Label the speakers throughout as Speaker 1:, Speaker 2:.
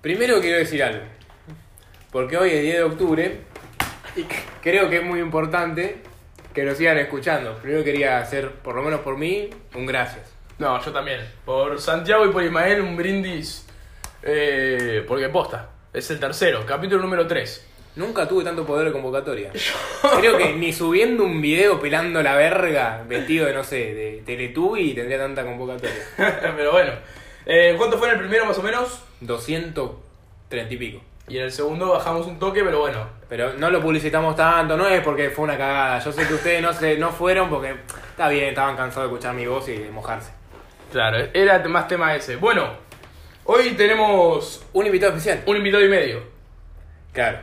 Speaker 1: Primero quiero decir algo. Porque hoy es 10 de octubre y c- creo que es muy importante que lo sigan escuchando. Primero quería hacer, por lo menos por mí, un gracias.
Speaker 2: No, yo también. Por Santiago y por Ismael, un brindis. eh, porque posta. Es el tercero, capítulo número 3.
Speaker 1: Nunca tuve tanto poder de convocatoria. Creo que ni subiendo un video pelando la verga, vestido de, no sé, de Teletubby, tendría tanta convocatoria.
Speaker 2: Pero bueno. Eh, ¿Cuánto fue en el primero más o menos?
Speaker 1: 230 y pico.
Speaker 2: Y en el segundo bajamos un toque, pero bueno.
Speaker 1: Pero no lo publicitamos tanto, no es porque fue una cagada. Yo sé que ustedes no, se, no fueron porque está bien, estaban cansados de escuchar mi voz y de mojarse.
Speaker 2: Claro, era más tema ese. Bueno, hoy tenemos
Speaker 1: Un invitado especial.
Speaker 2: un invitado y medio.
Speaker 1: Claro.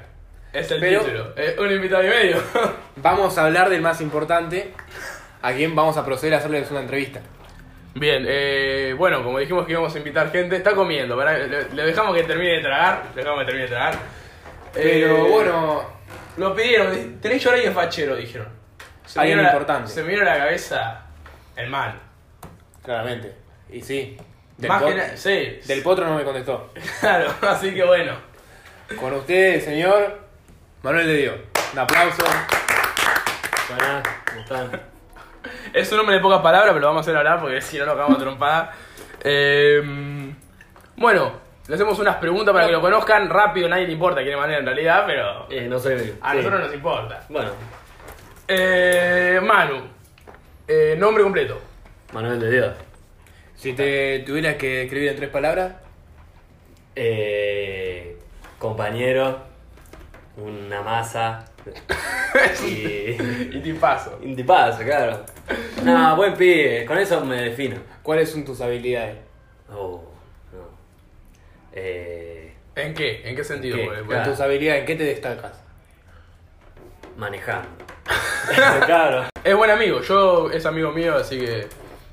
Speaker 2: Es el
Speaker 1: Pero-
Speaker 2: título. eh, un invitado y medio.
Speaker 1: Vamos a hablar del más importante, a quien vamos a proceder a hacerles una entrevista.
Speaker 2: Bien, eh, bueno, como dijimos que íbamos a invitar gente, está comiendo, ¿verdad? Le, le dejamos que termine de tragar. Le dejamos que termine de tragar.
Speaker 1: Pero
Speaker 2: Eh,
Speaker 1: bueno,
Speaker 2: Lo pidieron, tenés llorar y es fachero, dijeron. Se me
Speaker 1: Alguien
Speaker 2: vino la-
Speaker 1: importante.
Speaker 2: Se me vino a la cabeza el man.
Speaker 1: claramente. Y sí. Del,
Speaker 2: Más
Speaker 1: pot-
Speaker 2: que nada, sí.
Speaker 1: del potro no me contestó.
Speaker 2: Claro, así que bueno.
Speaker 1: Con ustedes, señor Manuel de Dios. Un aplauso.
Speaker 3: Buenas, ¿cómo están?
Speaker 2: Es un hombre de pocas palabras, pero lo vamos a hacer hablar porque si no nos acabamos trompada. Eh, bueno, le hacemos unas preguntas para que lo conozcan rápido, nadie le importa de qué manera en realidad, pero
Speaker 3: Eh, no sé.
Speaker 2: a
Speaker 3: sí.
Speaker 2: nosotros nos importa.
Speaker 3: Bueno,
Speaker 2: Eh, Manu, eh, nombre completo.
Speaker 3: Manuel de Dios.
Speaker 1: Si te tuvieras que escribir en tres palabras,
Speaker 3: Eh, compañero, una masa y.
Speaker 2: Y te paso.
Speaker 3: Un tipazo, claro. No, buen pibe, con eso me defino.
Speaker 1: ¿cuáles son tus habilidades?
Speaker 3: Oh, no. Eh,
Speaker 2: ¿En qué? ¿En qué sentido?
Speaker 1: ¿Qué?
Speaker 2: Porque-
Speaker 1: Con
Speaker 3: claro.
Speaker 1: tus habilidades, ¿en qué te destacas?
Speaker 3: manejando. claro.
Speaker 2: Es buen amigo, yo es amigo mío, así que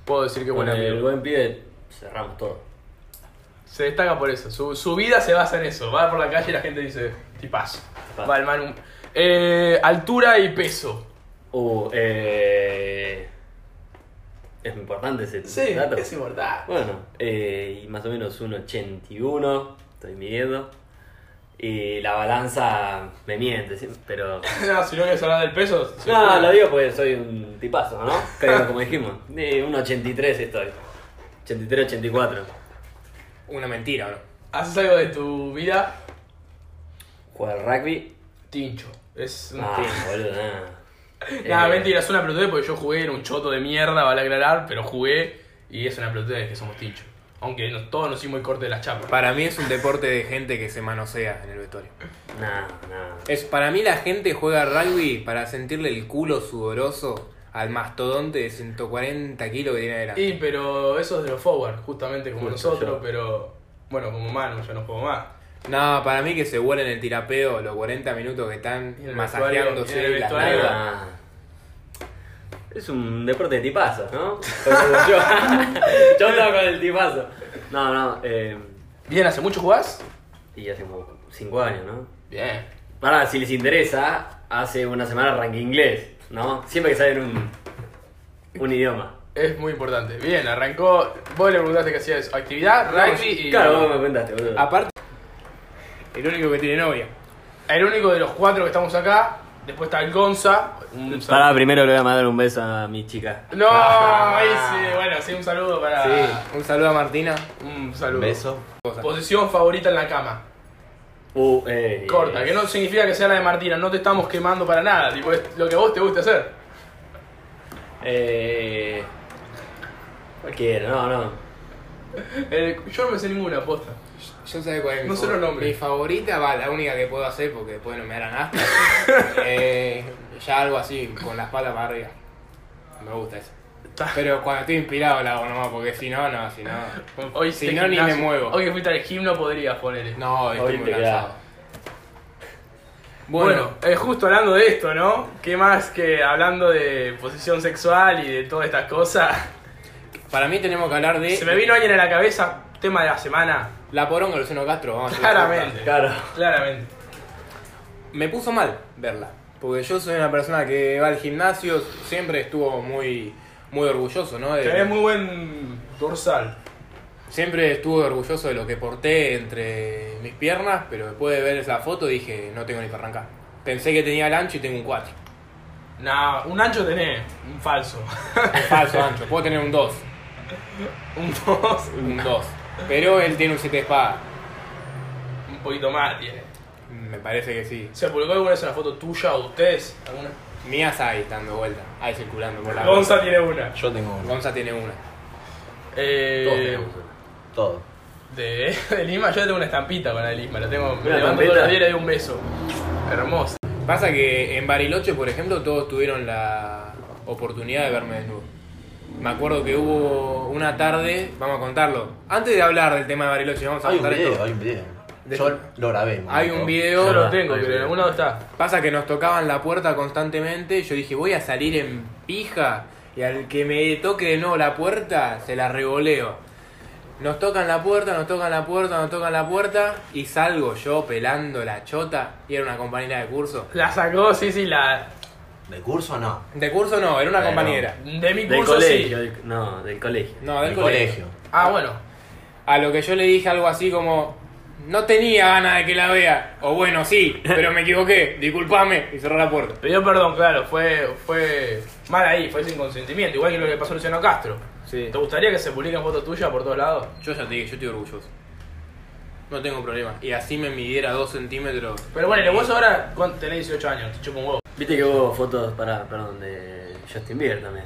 Speaker 2: puedo decir que es buen
Speaker 3: Bueno, el
Speaker 2: amigo.
Speaker 3: buen pibe cerramos todo.
Speaker 2: Se destaca por eso, su, su vida se basa en eso. Va por la calle y la gente dice, tipazo.
Speaker 3: Tipazo.
Speaker 2: Va el man. Eh, altura y peso.
Speaker 3: Uh, eh. Es importante ese dato.
Speaker 2: importante.
Speaker 3: Bueno, eh, y más o menos 1,81 estoy midiendo. Y la balanza me miente, sí, pero.
Speaker 2: No, si no quieres hablar del peso. se
Speaker 3: No,
Speaker 2: puede.
Speaker 3: lo digo porque soy un tipazo, ¿no? Pero como dijimos, de 1,83 estoy. 83, 84.
Speaker 1: Una mentira, ¿o no?
Speaker 2: ¿Haces algo de tu vida?
Speaker 3: Juega al rugby.
Speaker 2: Tincho. Es un
Speaker 3: Ah,
Speaker 2: tincho.
Speaker 3: boludo, nada.
Speaker 2: Nada,
Speaker 3: Eh,
Speaker 2: mentira, es una pelotudez porque yo jugué, era un choto de mierda, vale aclarar, pero jugué y es una pelotudez que somos tincho. Aunque no- todos nos hicimos el corte de las chapas.
Speaker 1: Para mí es un deporte de gente que se manosea en el vestuario.
Speaker 3: Nada, nada.
Speaker 1: Es, para mí la gente juega rugby para sentirle el culo sudoroso al mastodonte de 140 kilos que tiene adelante.
Speaker 2: Y pero eso es de los forward, justamente como
Speaker 3: Justo
Speaker 2: nosotros,
Speaker 3: yo.
Speaker 2: pero bueno, como Manu, ya no juego más.
Speaker 1: No, para mí que se vuelen el tirapeo los 40 minutos que están
Speaker 2: Y en el vestuario, y en
Speaker 1: masajeándose
Speaker 2: el
Speaker 1: las
Speaker 2: vestuario.
Speaker 1: nalgas.
Speaker 3: Nada. Es un deporte de tipazos, ¿no? Como yo. yo andaba con el tipazo. No, no, eh.
Speaker 2: Bien, ¿hace mucho jugás?
Speaker 3: Y hace como 5 años, ¿no?
Speaker 2: Bien.
Speaker 3: Pará, si les interesa, hace una semana arranqué inglés, ¿no? Siempre que saben un, un idioma.
Speaker 2: Es muy importante. Bien, arrancó. Vos le preguntaste qué hacías. Actividad, rugby y.
Speaker 3: Claro, vos me contaste, boludo.
Speaker 1: Aparte, el único que tiene novia.
Speaker 2: El único de los cuatro que estamos acá. Después está el Gonza. Un
Speaker 3: Pará,
Speaker 2: saludo.
Speaker 3: primero le voy a mandar un beso a mi chica.
Speaker 2: No, ahí sí, bueno, sí, un saludo para.
Speaker 3: Ah. Sí.
Speaker 1: Un saludo a Martina.
Speaker 2: Un saludo.
Speaker 3: Beso.
Speaker 2: Posición favorita en la cama.
Speaker 3: Uh, eh,
Speaker 2: Corta, que no significa que sea la de Martina, no te estamos quemando para nada. Tipo, es lo que a vos te gusta hacer.
Speaker 3: Eh. Cualquiera, no, no.
Speaker 2: Eh, yo no me sé ninguna aposta.
Speaker 1: Yo sé cuál es mi
Speaker 2: No sé los
Speaker 1: favor-
Speaker 2: nombres.
Speaker 1: Mi favorita, va, la única que puedo hacer porque después no me harán hasta. Eh, ya algo así, con las patas para arriba. Me gusta eso. Pero cuando estoy inspirado la hago nomás, porque si no, no, si no.
Speaker 2: Hoy
Speaker 1: Si
Speaker 2: te
Speaker 1: no, ni
Speaker 2: gimnasio-
Speaker 1: me muevo.
Speaker 2: Hoy que fuiste al gimno podrías poner.
Speaker 1: No, estoy
Speaker 3: Hoy
Speaker 1: muy
Speaker 3: te
Speaker 1: cansado.
Speaker 3: queda.
Speaker 2: Bueno, eh, justo hablando de esto, ¿no? ¿Qué más que hablando de posición sexual y de todas estas cosas?
Speaker 1: para mí tenemos que hablar de
Speaker 2: Se me vino alguien a la cabeza, tema de la semana.
Speaker 1: la poronga de Luciano Castro. Vamos a hacer-
Speaker 2: Claramente.
Speaker 3: Claro.
Speaker 2: Claramente.
Speaker 1: Me puso mal verla, porque yo soy una persona que va al gimnasio, siempre estuvo muy, muy orgulloso, ¿no? De-
Speaker 2: Tenés muy buen dorsal.
Speaker 1: siempre estuve orgulloso de lo que porté entre mis piernas, pero después de ver esa foto dije, no tengo ni para arrancar. Pensé que tenía el ancho y tengo un 4.
Speaker 2: Nah, un ancho tenés, un falso.
Speaker 1: Falso ancho, puedo tener un 2,
Speaker 2: un dos,
Speaker 1: un 2. Pero él tiene un 7 de espada.
Speaker 2: un poquito más tiene.
Speaker 1: Me parece que sí.
Speaker 2: ¿Se publicó alguna vez una foto tuya o de ustedes? ¿Alguna?
Speaker 1: Mías hay dando vuelta, ahí circulando por la
Speaker 2: Gonza tiene una.
Speaker 4: Yo tengo uno.
Speaker 1: Gonza tiene una.
Speaker 3: Todos
Speaker 2: Eh,
Speaker 3: tenemos uno.
Speaker 4: Todo.
Speaker 2: de, de Lima, yo tengo una estampita con la de Lima, la tengo, me
Speaker 3: Una
Speaker 2: levanto todos los
Speaker 3: estampita.
Speaker 2: días y le doy un beso. Hermosa.
Speaker 1: Pasa que en Bariloche, por ejemplo, todos tuvieron la oportunidad de verme desnudo. Me acuerdo que hubo una tarde, vamos a contarlo. Antes de hablar del tema de Bariloche, vamos a
Speaker 4: Hay un
Speaker 1: contar
Speaker 4: video,
Speaker 1: esto.
Speaker 4: hay un video.
Speaker 1: De-
Speaker 4: Yo lo grabé. me
Speaker 1: Hay
Speaker 4: acuerdo.
Speaker 1: un
Speaker 2: Yo
Speaker 1: video.
Speaker 2: lo tengo, pero en algún lado está.
Speaker 1: Pasa que nos tocaban la puerta constantemente. Yo dije, voy a salir en pija. Y al que me toque de nuevo la puerta, se la revoleo. Nos tocan la puerta, nos tocan la puerta, nos tocan la puerta. Y salgo yo pelando la chota. Y era una compañera de curso.
Speaker 2: La sacó, sí, sí, la.
Speaker 4: ¿De curso no?
Speaker 1: De curso no, era una
Speaker 4: Bueno.
Speaker 1: compañera.
Speaker 2: De mi
Speaker 3: Del
Speaker 2: curso,
Speaker 3: colegio,
Speaker 2: sí.
Speaker 3: del- no, del colegio.
Speaker 1: No, del
Speaker 4: Del
Speaker 1: colegio.
Speaker 4: colegio.
Speaker 2: Ah, bueno.
Speaker 1: A lo que yo le dije algo así como, no tenía ganas de que la vea. O bueno, sí, pero me equivoqué, disculpame. Y cerró la puerta.
Speaker 2: Pidió perdón, claro, fue, fue mal ahí, fue sin consentimiento, igual que lo que pasó a Luciano Castro.
Speaker 1: Sí.
Speaker 2: ¿Te gustaría que se publiquen fotos tuyas por todos lados?
Speaker 1: Yo ya te dije, yo estoy orgulloso. No tengo problema. Y así me midiera dos centímetros.
Speaker 2: Pero bueno, vos ahora ¿cuánto tenés 18 años, te chupo un huevo.
Speaker 3: Viste que hubo fotos, para, perdón, de Justin Bieber también.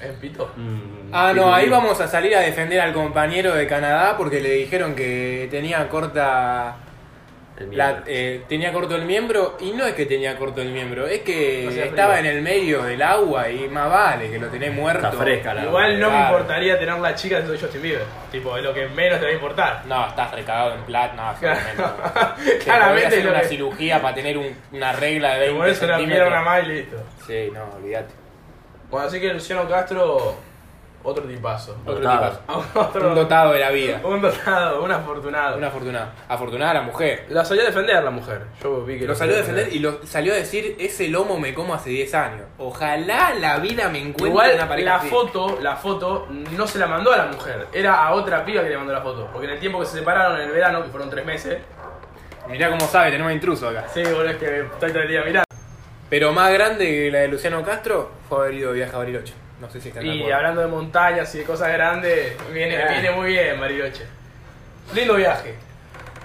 Speaker 2: ¿Es pito?
Speaker 3: Mm,
Speaker 1: Ah,
Speaker 3: Justin
Speaker 1: no, ahí
Speaker 3: Bieber.
Speaker 1: vamos a salir a defender al compañero de Canadá porque le dijeron que tenía corta...
Speaker 3: El
Speaker 1: la-
Speaker 3: miércoles.
Speaker 1: eh, tenía corto el miembro y no es que tenía corto el miembro, es que
Speaker 2: No seas
Speaker 1: estaba en
Speaker 2: frío.
Speaker 1: el medio del agua y más vale que lo tenés muerto.
Speaker 3: Está fresca la
Speaker 2: Igual no me
Speaker 1: Claro.
Speaker 2: importaría tener la chica de soy Justin Bieber. Tipo, es lo que menos te va a importar.
Speaker 1: No, estás recagado en plata, no,
Speaker 2: Claro.
Speaker 1: seguramente no. Te podría
Speaker 2: Claramente es
Speaker 1: hacer
Speaker 2: lo
Speaker 1: una
Speaker 2: que...
Speaker 1: cirugía para tener un- una regla de
Speaker 2: Te
Speaker 1: 20
Speaker 2: pones una piedra,
Speaker 1: centímetros.
Speaker 2: una más y listo.
Speaker 1: Sí, no, olvídate.
Speaker 2: Bueno, así que Luciano Castro, otro tipazo.
Speaker 1: Otro
Speaker 3: Dotado.
Speaker 1: tipazo.
Speaker 2: Otro-
Speaker 1: Un dotado de la vida.
Speaker 2: un dotado, un afortunado.
Speaker 1: Un afortunado. Afortunada la mujer.
Speaker 2: La salió a defender la mujer. Yo vi que
Speaker 1: Lo salió a defender y lo salió a decir, ese lomo me como hace 10 años. Ojalá la vida me encuentre
Speaker 2: Igual
Speaker 1: una pareja
Speaker 2: la
Speaker 1: así.
Speaker 2: foto, la foto no se la mandó a la mujer, era a otra piba que le mandó la foto. Porque en el tiempo que se separaron en el verano, que fueron tres meses,
Speaker 1: Mirá cómo sabe, tenemos intruso acá.
Speaker 2: sí, boludo, es que estoy todo el día mirando.
Speaker 1: Pero más grande que la de Luciano Castro fue haber ido de viaje a Bariloche. No sé si están de
Speaker 2: Y
Speaker 1: acuerdo.
Speaker 2: hablando de montañas y de cosas grandes, viene,
Speaker 1: Eh.
Speaker 3: Ah.
Speaker 2: viene muy bien Bariloche. Lindo viaje.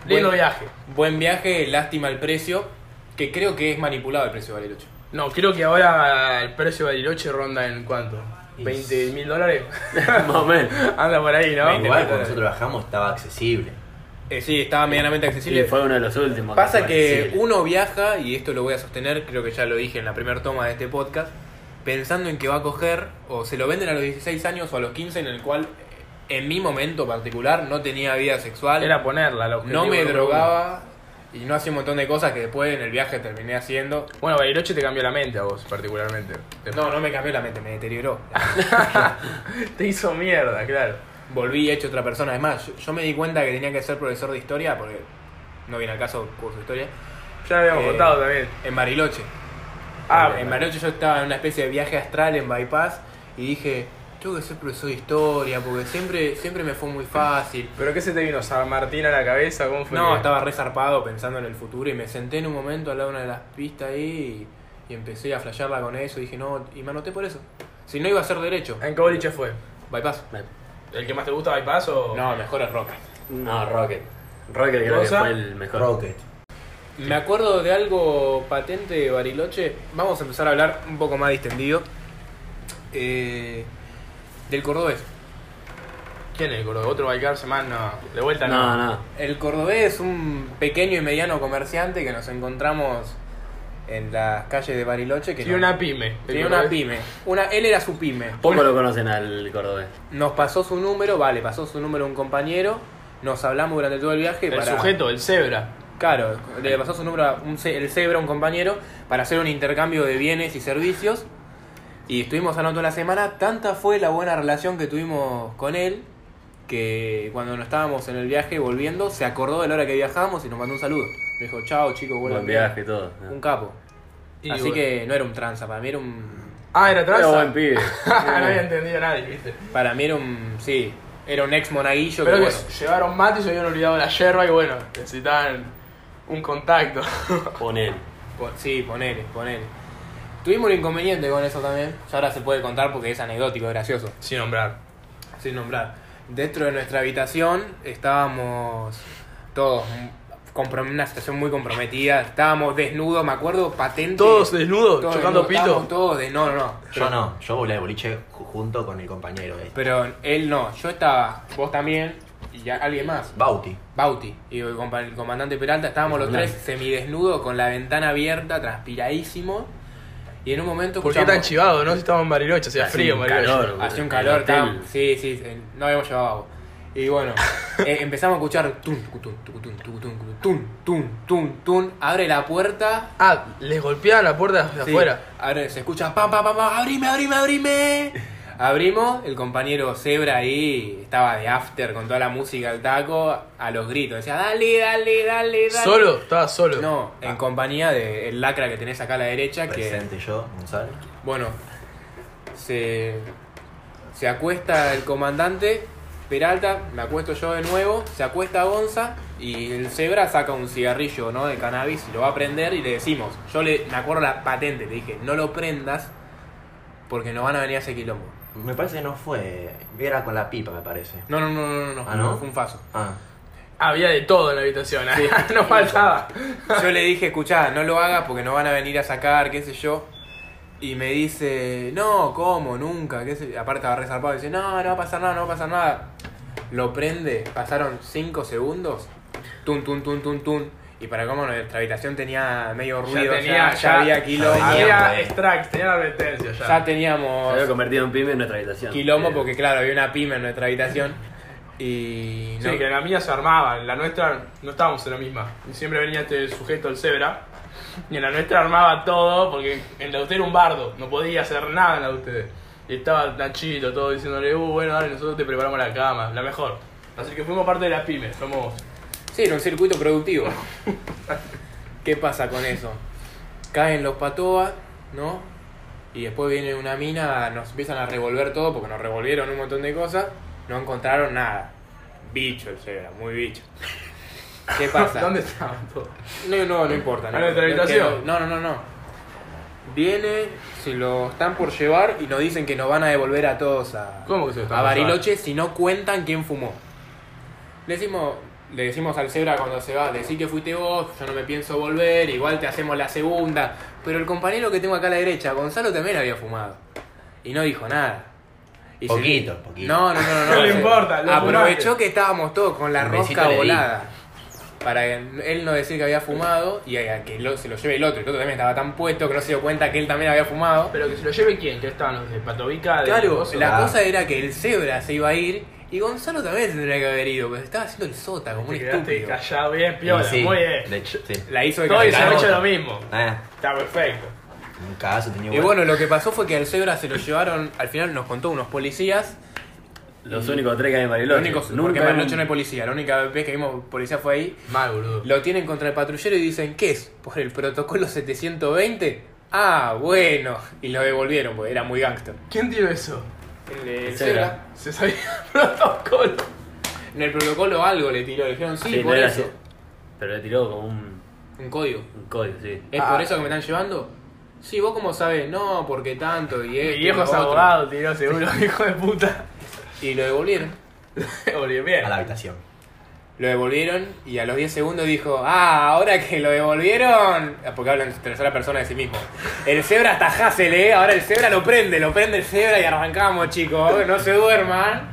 Speaker 2: Lindo
Speaker 1: Bueno.
Speaker 2: viaje.
Speaker 1: Buen viaje, lástima el precio, que creo que es manipulado el precio de Bariloche.
Speaker 2: No, creo que ahora el precio de Bariloche ronda en cuánto?
Speaker 3: Y-
Speaker 2: ¿20 mil dólares?
Speaker 3: Más o menos.
Speaker 2: Anda por ahí, ¿no?
Speaker 4: Igual cuando nosotros bajamos estaba accesible.
Speaker 1: Eh, sí, estaba medianamente accesible.
Speaker 3: Sí, fue uno de los últimos.
Speaker 1: Pasa que
Speaker 3: Sí.
Speaker 1: uno viaja, y esto lo voy a sostener, creo que ya lo dije en la primera toma de este podcast, pensando en que va a coger, o se lo venden a los 16 años o a los 15, en el cual en mi momento particular no tenía vida sexual,
Speaker 2: Era ponerla, el objetivo
Speaker 1: no me
Speaker 2: número uno.
Speaker 1: drogaba y no hacía un montón de cosas que después en el viaje terminé haciendo.
Speaker 2: Bueno, Bariloche te cambió la mente a vos, particularmente. Te,
Speaker 1: No, no me cambió la mente, me deterioró.
Speaker 2: te hizo mierda, claro.
Speaker 1: Volví hecho otra persona. Además, yo, yo me di cuenta que tenía que ser profesor de historia, porque no viene al caso curso de historia,
Speaker 2: Ya lo habíamos
Speaker 1: Eh,
Speaker 2: contado también.
Speaker 1: en Bariloche.
Speaker 2: Ah,
Speaker 1: en Bariloche yo estaba en una especie de viaje astral en Bypass y dije, tengo que ser profesor de historia porque siempre, siempre me fue muy fácil.
Speaker 2: ¿Pero qué se te vino? ¿San Martín a la cabeza? ¿Cómo fue?
Speaker 1: No,
Speaker 2: que-
Speaker 1: estaba re zarpado pensando en el futuro y me senté en un momento al lado de una de las pistas ahí y, y empecé a flashearla con eso. Y dije, no, y me anoté por eso. Si no iba a ser derecho,
Speaker 2: ¿En qué boliche fue?
Speaker 1: Bypass.
Speaker 2: ¿El que más te gusta, Bypass o...?
Speaker 1: No, mejor es Roca.
Speaker 3: No, Rocket. Rocket creo que
Speaker 2: ¿Rosa?
Speaker 3: fue el mejor.
Speaker 4: Rocket.
Speaker 1: Me acuerdo de algo patente de Bariloche. Vamos a empezar a hablar un poco más distendido. Eh, del cordobés.
Speaker 2: ¿Quién es el gordo? ¿Otro Balcar Semán? No. De vuelta
Speaker 3: No, no.
Speaker 1: El cordobés es un pequeño y mediano comerciante que nos encontramos en las calles de Bariloche. Que
Speaker 2: Tiene
Speaker 1: no-
Speaker 2: una pyme.
Speaker 1: Tiene una pyme. Una, él era su pyme.
Speaker 3: Poco lo conocen al cordobés.
Speaker 1: Nos pasó su número, vale, pasó su número a un compañero. Nos hablamos durante todo el viaje.
Speaker 2: El
Speaker 1: para-
Speaker 2: sujeto, el cebra.
Speaker 1: Claro, le pasó su número a un, ce- el Zebra, un compañero, para hacer un intercambio de bienes y servicios. Y estuvimos hablando toda la semana. Tanta fue la buena relación que tuvimos con él que cuando nos estábamos en el viaje volviendo, se acordó de la hora que viajamos y nos mandó un saludo. Me dijo, chao chicos, vuelvan
Speaker 3: Buen
Speaker 1: bien".
Speaker 3: viaje y todo.
Speaker 1: Un capo.
Speaker 2: Y
Speaker 1: Así
Speaker 2: bueno.
Speaker 1: que no era un tranza, para mí era un.
Speaker 2: Ah, ¿era
Speaker 3: Pero
Speaker 2: tranza?
Speaker 3: buen pibe.
Speaker 2: Eh. no había entendido a nadie, ¿viste?
Speaker 1: Para mí era un. Sí, era un ex monaguillo
Speaker 2: Pero
Speaker 1: que
Speaker 2: que
Speaker 1: bueno.
Speaker 2: llevaron mate y se habían olvidado la yerba y bueno, necesitaban un contacto.
Speaker 3: Poner.
Speaker 1: Po- Sí, ponele, ponele. Tuvimos un inconveniente con eso también. Ya ahora se puede contar porque es anecdótico, gracioso.
Speaker 2: Sin nombrar.
Speaker 1: Sin nombrar. Dentro de nuestra habitación estábamos todos en una situación muy comprometida. Estábamos desnudos, me acuerdo, patente.
Speaker 2: Todos desnudos, chocando
Speaker 1: desnudos,
Speaker 2: pito.
Speaker 1: Estábamos todos de... No, no, no.
Speaker 4: Yo no, yo volé de boliche ju- junto con el compañero este.
Speaker 1: Pero él no. Yo estaba, vos también y ya alguien más.
Speaker 4: Bauti.
Speaker 1: Bauti y el compa- el comandante Peralta estábamos los tres semidesnudos con la ventana abierta, transpiradísimo. Y en un momento
Speaker 2: ¿Por qué tan
Speaker 1: escuchamos-
Speaker 2: chivado, no? Si estaba en Bariloche, hacía
Speaker 3: Hace
Speaker 2: frío en
Speaker 3: un
Speaker 2: Bariloche.
Speaker 3: calor.
Speaker 1: Hacía un
Speaker 3: El
Speaker 1: calor,
Speaker 3: hotel.
Speaker 1: estábamos- sí, sí, eh, no habíamos llevado agua. Y bueno, eh, empezamos a escuchar tun, tun, tun, tun, tun, tun, tun, tun, abre la puerta.
Speaker 2: Ah, les golpeaban la puerta de
Speaker 1: sí,
Speaker 2: afuera.
Speaker 1: abre, se escucha pam, pam, pam, pam, abrime, abrime, abrime. Abrimos, el compañero Zebra ahí estaba de after con toda la música al taco, a los gritos, decía, dale, dale, dale, dale.
Speaker 2: ¿Solo? Ah. Estaba solo.
Speaker 1: No, en compañía del lacra que tenés acá a la derecha, Ah, que
Speaker 4: Presente yo, Gonzalo.
Speaker 1: Bueno, se, se acuesta el comandante Peralta, me acuesto yo de nuevo, se acuesta Gonza y el Zebra saca un cigarrillo ¿no? de cannabis y lo va a prender y le decimos, yo le, me acuerdo la patente, le dije, no lo prendas porque nos van a venir a ese quilombo.
Speaker 4: Me parece que no fue. Era con la pipa, me parece.
Speaker 1: No, no, no, no, no, no,
Speaker 4: Ah, ¿no?
Speaker 1: fue un faso.
Speaker 4: Ah.
Speaker 2: Había de todo en la habitación, ¿eh? no faltaba.
Speaker 1: Yo le dije, escuchá, no lo hagas porque nos van a venir a sacar, qué sé yo. Y me dice, no, ¿cómo? Nunca, qué sé yo. Aparte estaba resarpado y dice, no, no va a pasar nada, no va a pasar nada. Lo prende, pasaron 5 segundos, tun, tun, tun, tun, tun. Y para cómo nuestra habitación tenía medio ruido, ya, ya había quilombo.
Speaker 4: ya
Speaker 1: Ya,
Speaker 4: había-
Speaker 2: Había extracts, tenía la advertencia ya.
Speaker 3: Se había
Speaker 1: teníamos
Speaker 3: convertido en pyme en nuestra habitación.
Speaker 1: quilombo
Speaker 3: Eh,
Speaker 1: porque, claro, había una pyme en nuestra habitación. Y no,
Speaker 2: Sí, que en la mía se armaban, en la nuestra no estábamos en la misma. Y siempre venía este sujeto, el cebra, y en la nuestra armaba todo, porque en la de usted era un bardo, no podía hacer nada en la de ustedes. Y estaba Nachito, todo diciéndole, uh, bueno, dale, nosotros te preparamos la cama, la mejor. Así que fuimos parte de la pyme, somos...
Speaker 1: Sí, era un circuito productivo. ¿Qué pasa con eso? Caen los patoas, ¿no? Y después viene una mina, nos empiezan a revolver todo porque nos revolvieron un montón de cosas. No encontraron nada. Bicho el cebra, muy bicho. ¿Qué pasa?
Speaker 2: ¿Dónde estaban todos?
Speaker 1: No, no, no importa.
Speaker 2: ¿A nuestra habitación?
Speaker 1: No, no, no, no. Viene, se lo están por llevar y nos dicen que nos van a devolver a todos a,
Speaker 2: ¿Cómo que se lo están
Speaker 1: a
Speaker 2: por
Speaker 1: Bariloche si no cuentan quién fumó. Le decimos, le decimos al Zebra cuando se va, decí que fuiste vos, yo no me pienso volver, igual te hacemos la segunda. Pero el compañero que tengo acá a la derecha, Gonzalo, también había fumado. Y no dijo nada. Y se-
Speaker 4: Poquito, poquito.
Speaker 1: No, no, no, no.
Speaker 2: No le
Speaker 1: se-
Speaker 2: importa, lo
Speaker 1: Aprovechó
Speaker 2: fumaste.
Speaker 1: que estábamos todos con la
Speaker 4: Un
Speaker 1: rosca
Speaker 4: besito le di.
Speaker 1: volada para él no decir que había fumado y a que lo- se lo lleve el otro. El otro también estaba tan puesto que no se dio cuenta que él también había fumado.
Speaker 2: Pero que se lo lleve quién, que estaban los de Patovica, de
Speaker 1: Claro,
Speaker 2: Coso?
Speaker 1: la
Speaker 4: Ah.
Speaker 1: cosa era que el cebra se iba a ir y Gonzalo también se tendría que haber ido, pero estaba haciendo el sota como un
Speaker 2: Te quedaste
Speaker 1: estúpido.
Speaker 2: callado bien, piola,
Speaker 4: Y sí,
Speaker 2: muy bien.
Speaker 4: De hecho, sí.
Speaker 1: La hizo de
Speaker 2: Todos hicieron
Speaker 1: cagarota.
Speaker 2: hecho lo mismo.
Speaker 4: Eh,
Speaker 2: Está perfecto.
Speaker 4: un cagazo tenía
Speaker 1: Y bueno, lo que pasó fue que al cebra se lo llevaron, al final nos contó unos policías.
Speaker 3: Los únicos tres que hay en
Speaker 1: Lo
Speaker 3: Bariloche.
Speaker 1: único, porque en Bariloche no hay policía, la única vez que vimos policía fue ahí.
Speaker 2: Mal, boludo.
Speaker 1: Lo tienen contra el patrullero y dicen, ¿qué es? ¿Por el protocolo 720? Ah, bueno. Y lo devolvieron, porque era muy gángster.
Speaker 2: ¿Quién dio eso?
Speaker 1: El, el
Speaker 3: Cebra.
Speaker 2: Se sabía el protocolo.
Speaker 1: En el protocolo algo le tiró, le dijeron, sí,
Speaker 3: Sí, no
Speaker 1: por
Speaker 3: era
Speaker 1: eso.
Speaker 3: así. Pero le tiró como un,
Speaker 1: Un código.
Speaker 3: un código, sí.
Speaker 1: ¿Es
Speaker 2: Ah.
Speaker 1: por eso que me están llevando? Sí, vos cómo sabés, no, porque tanto y
Speaker 2: Mi
Speaker 1: esto,
Speaker 2: viejo
Speaker 1: y
Speaker 2: es
Speaker 1: lo otro.
Speaker 2: abogado, Eh, tiró seguro, hijo de puta.
Speaker 1: Y lo devolvieron.
Speaker 2: Volvió bien.
Speaker 4: A la habitación.
Speaker 1: Lo devolvieron y a los 10 segundos dijo, ah, ahora que lo devolvieron. Ah, Porque hablan en tercera persona de sí mismo. El cebra hasta Hassel, ¿eh? Ahora el cebra lo prende, lo prende el cebra y arrancamos, chicos. No se duerman.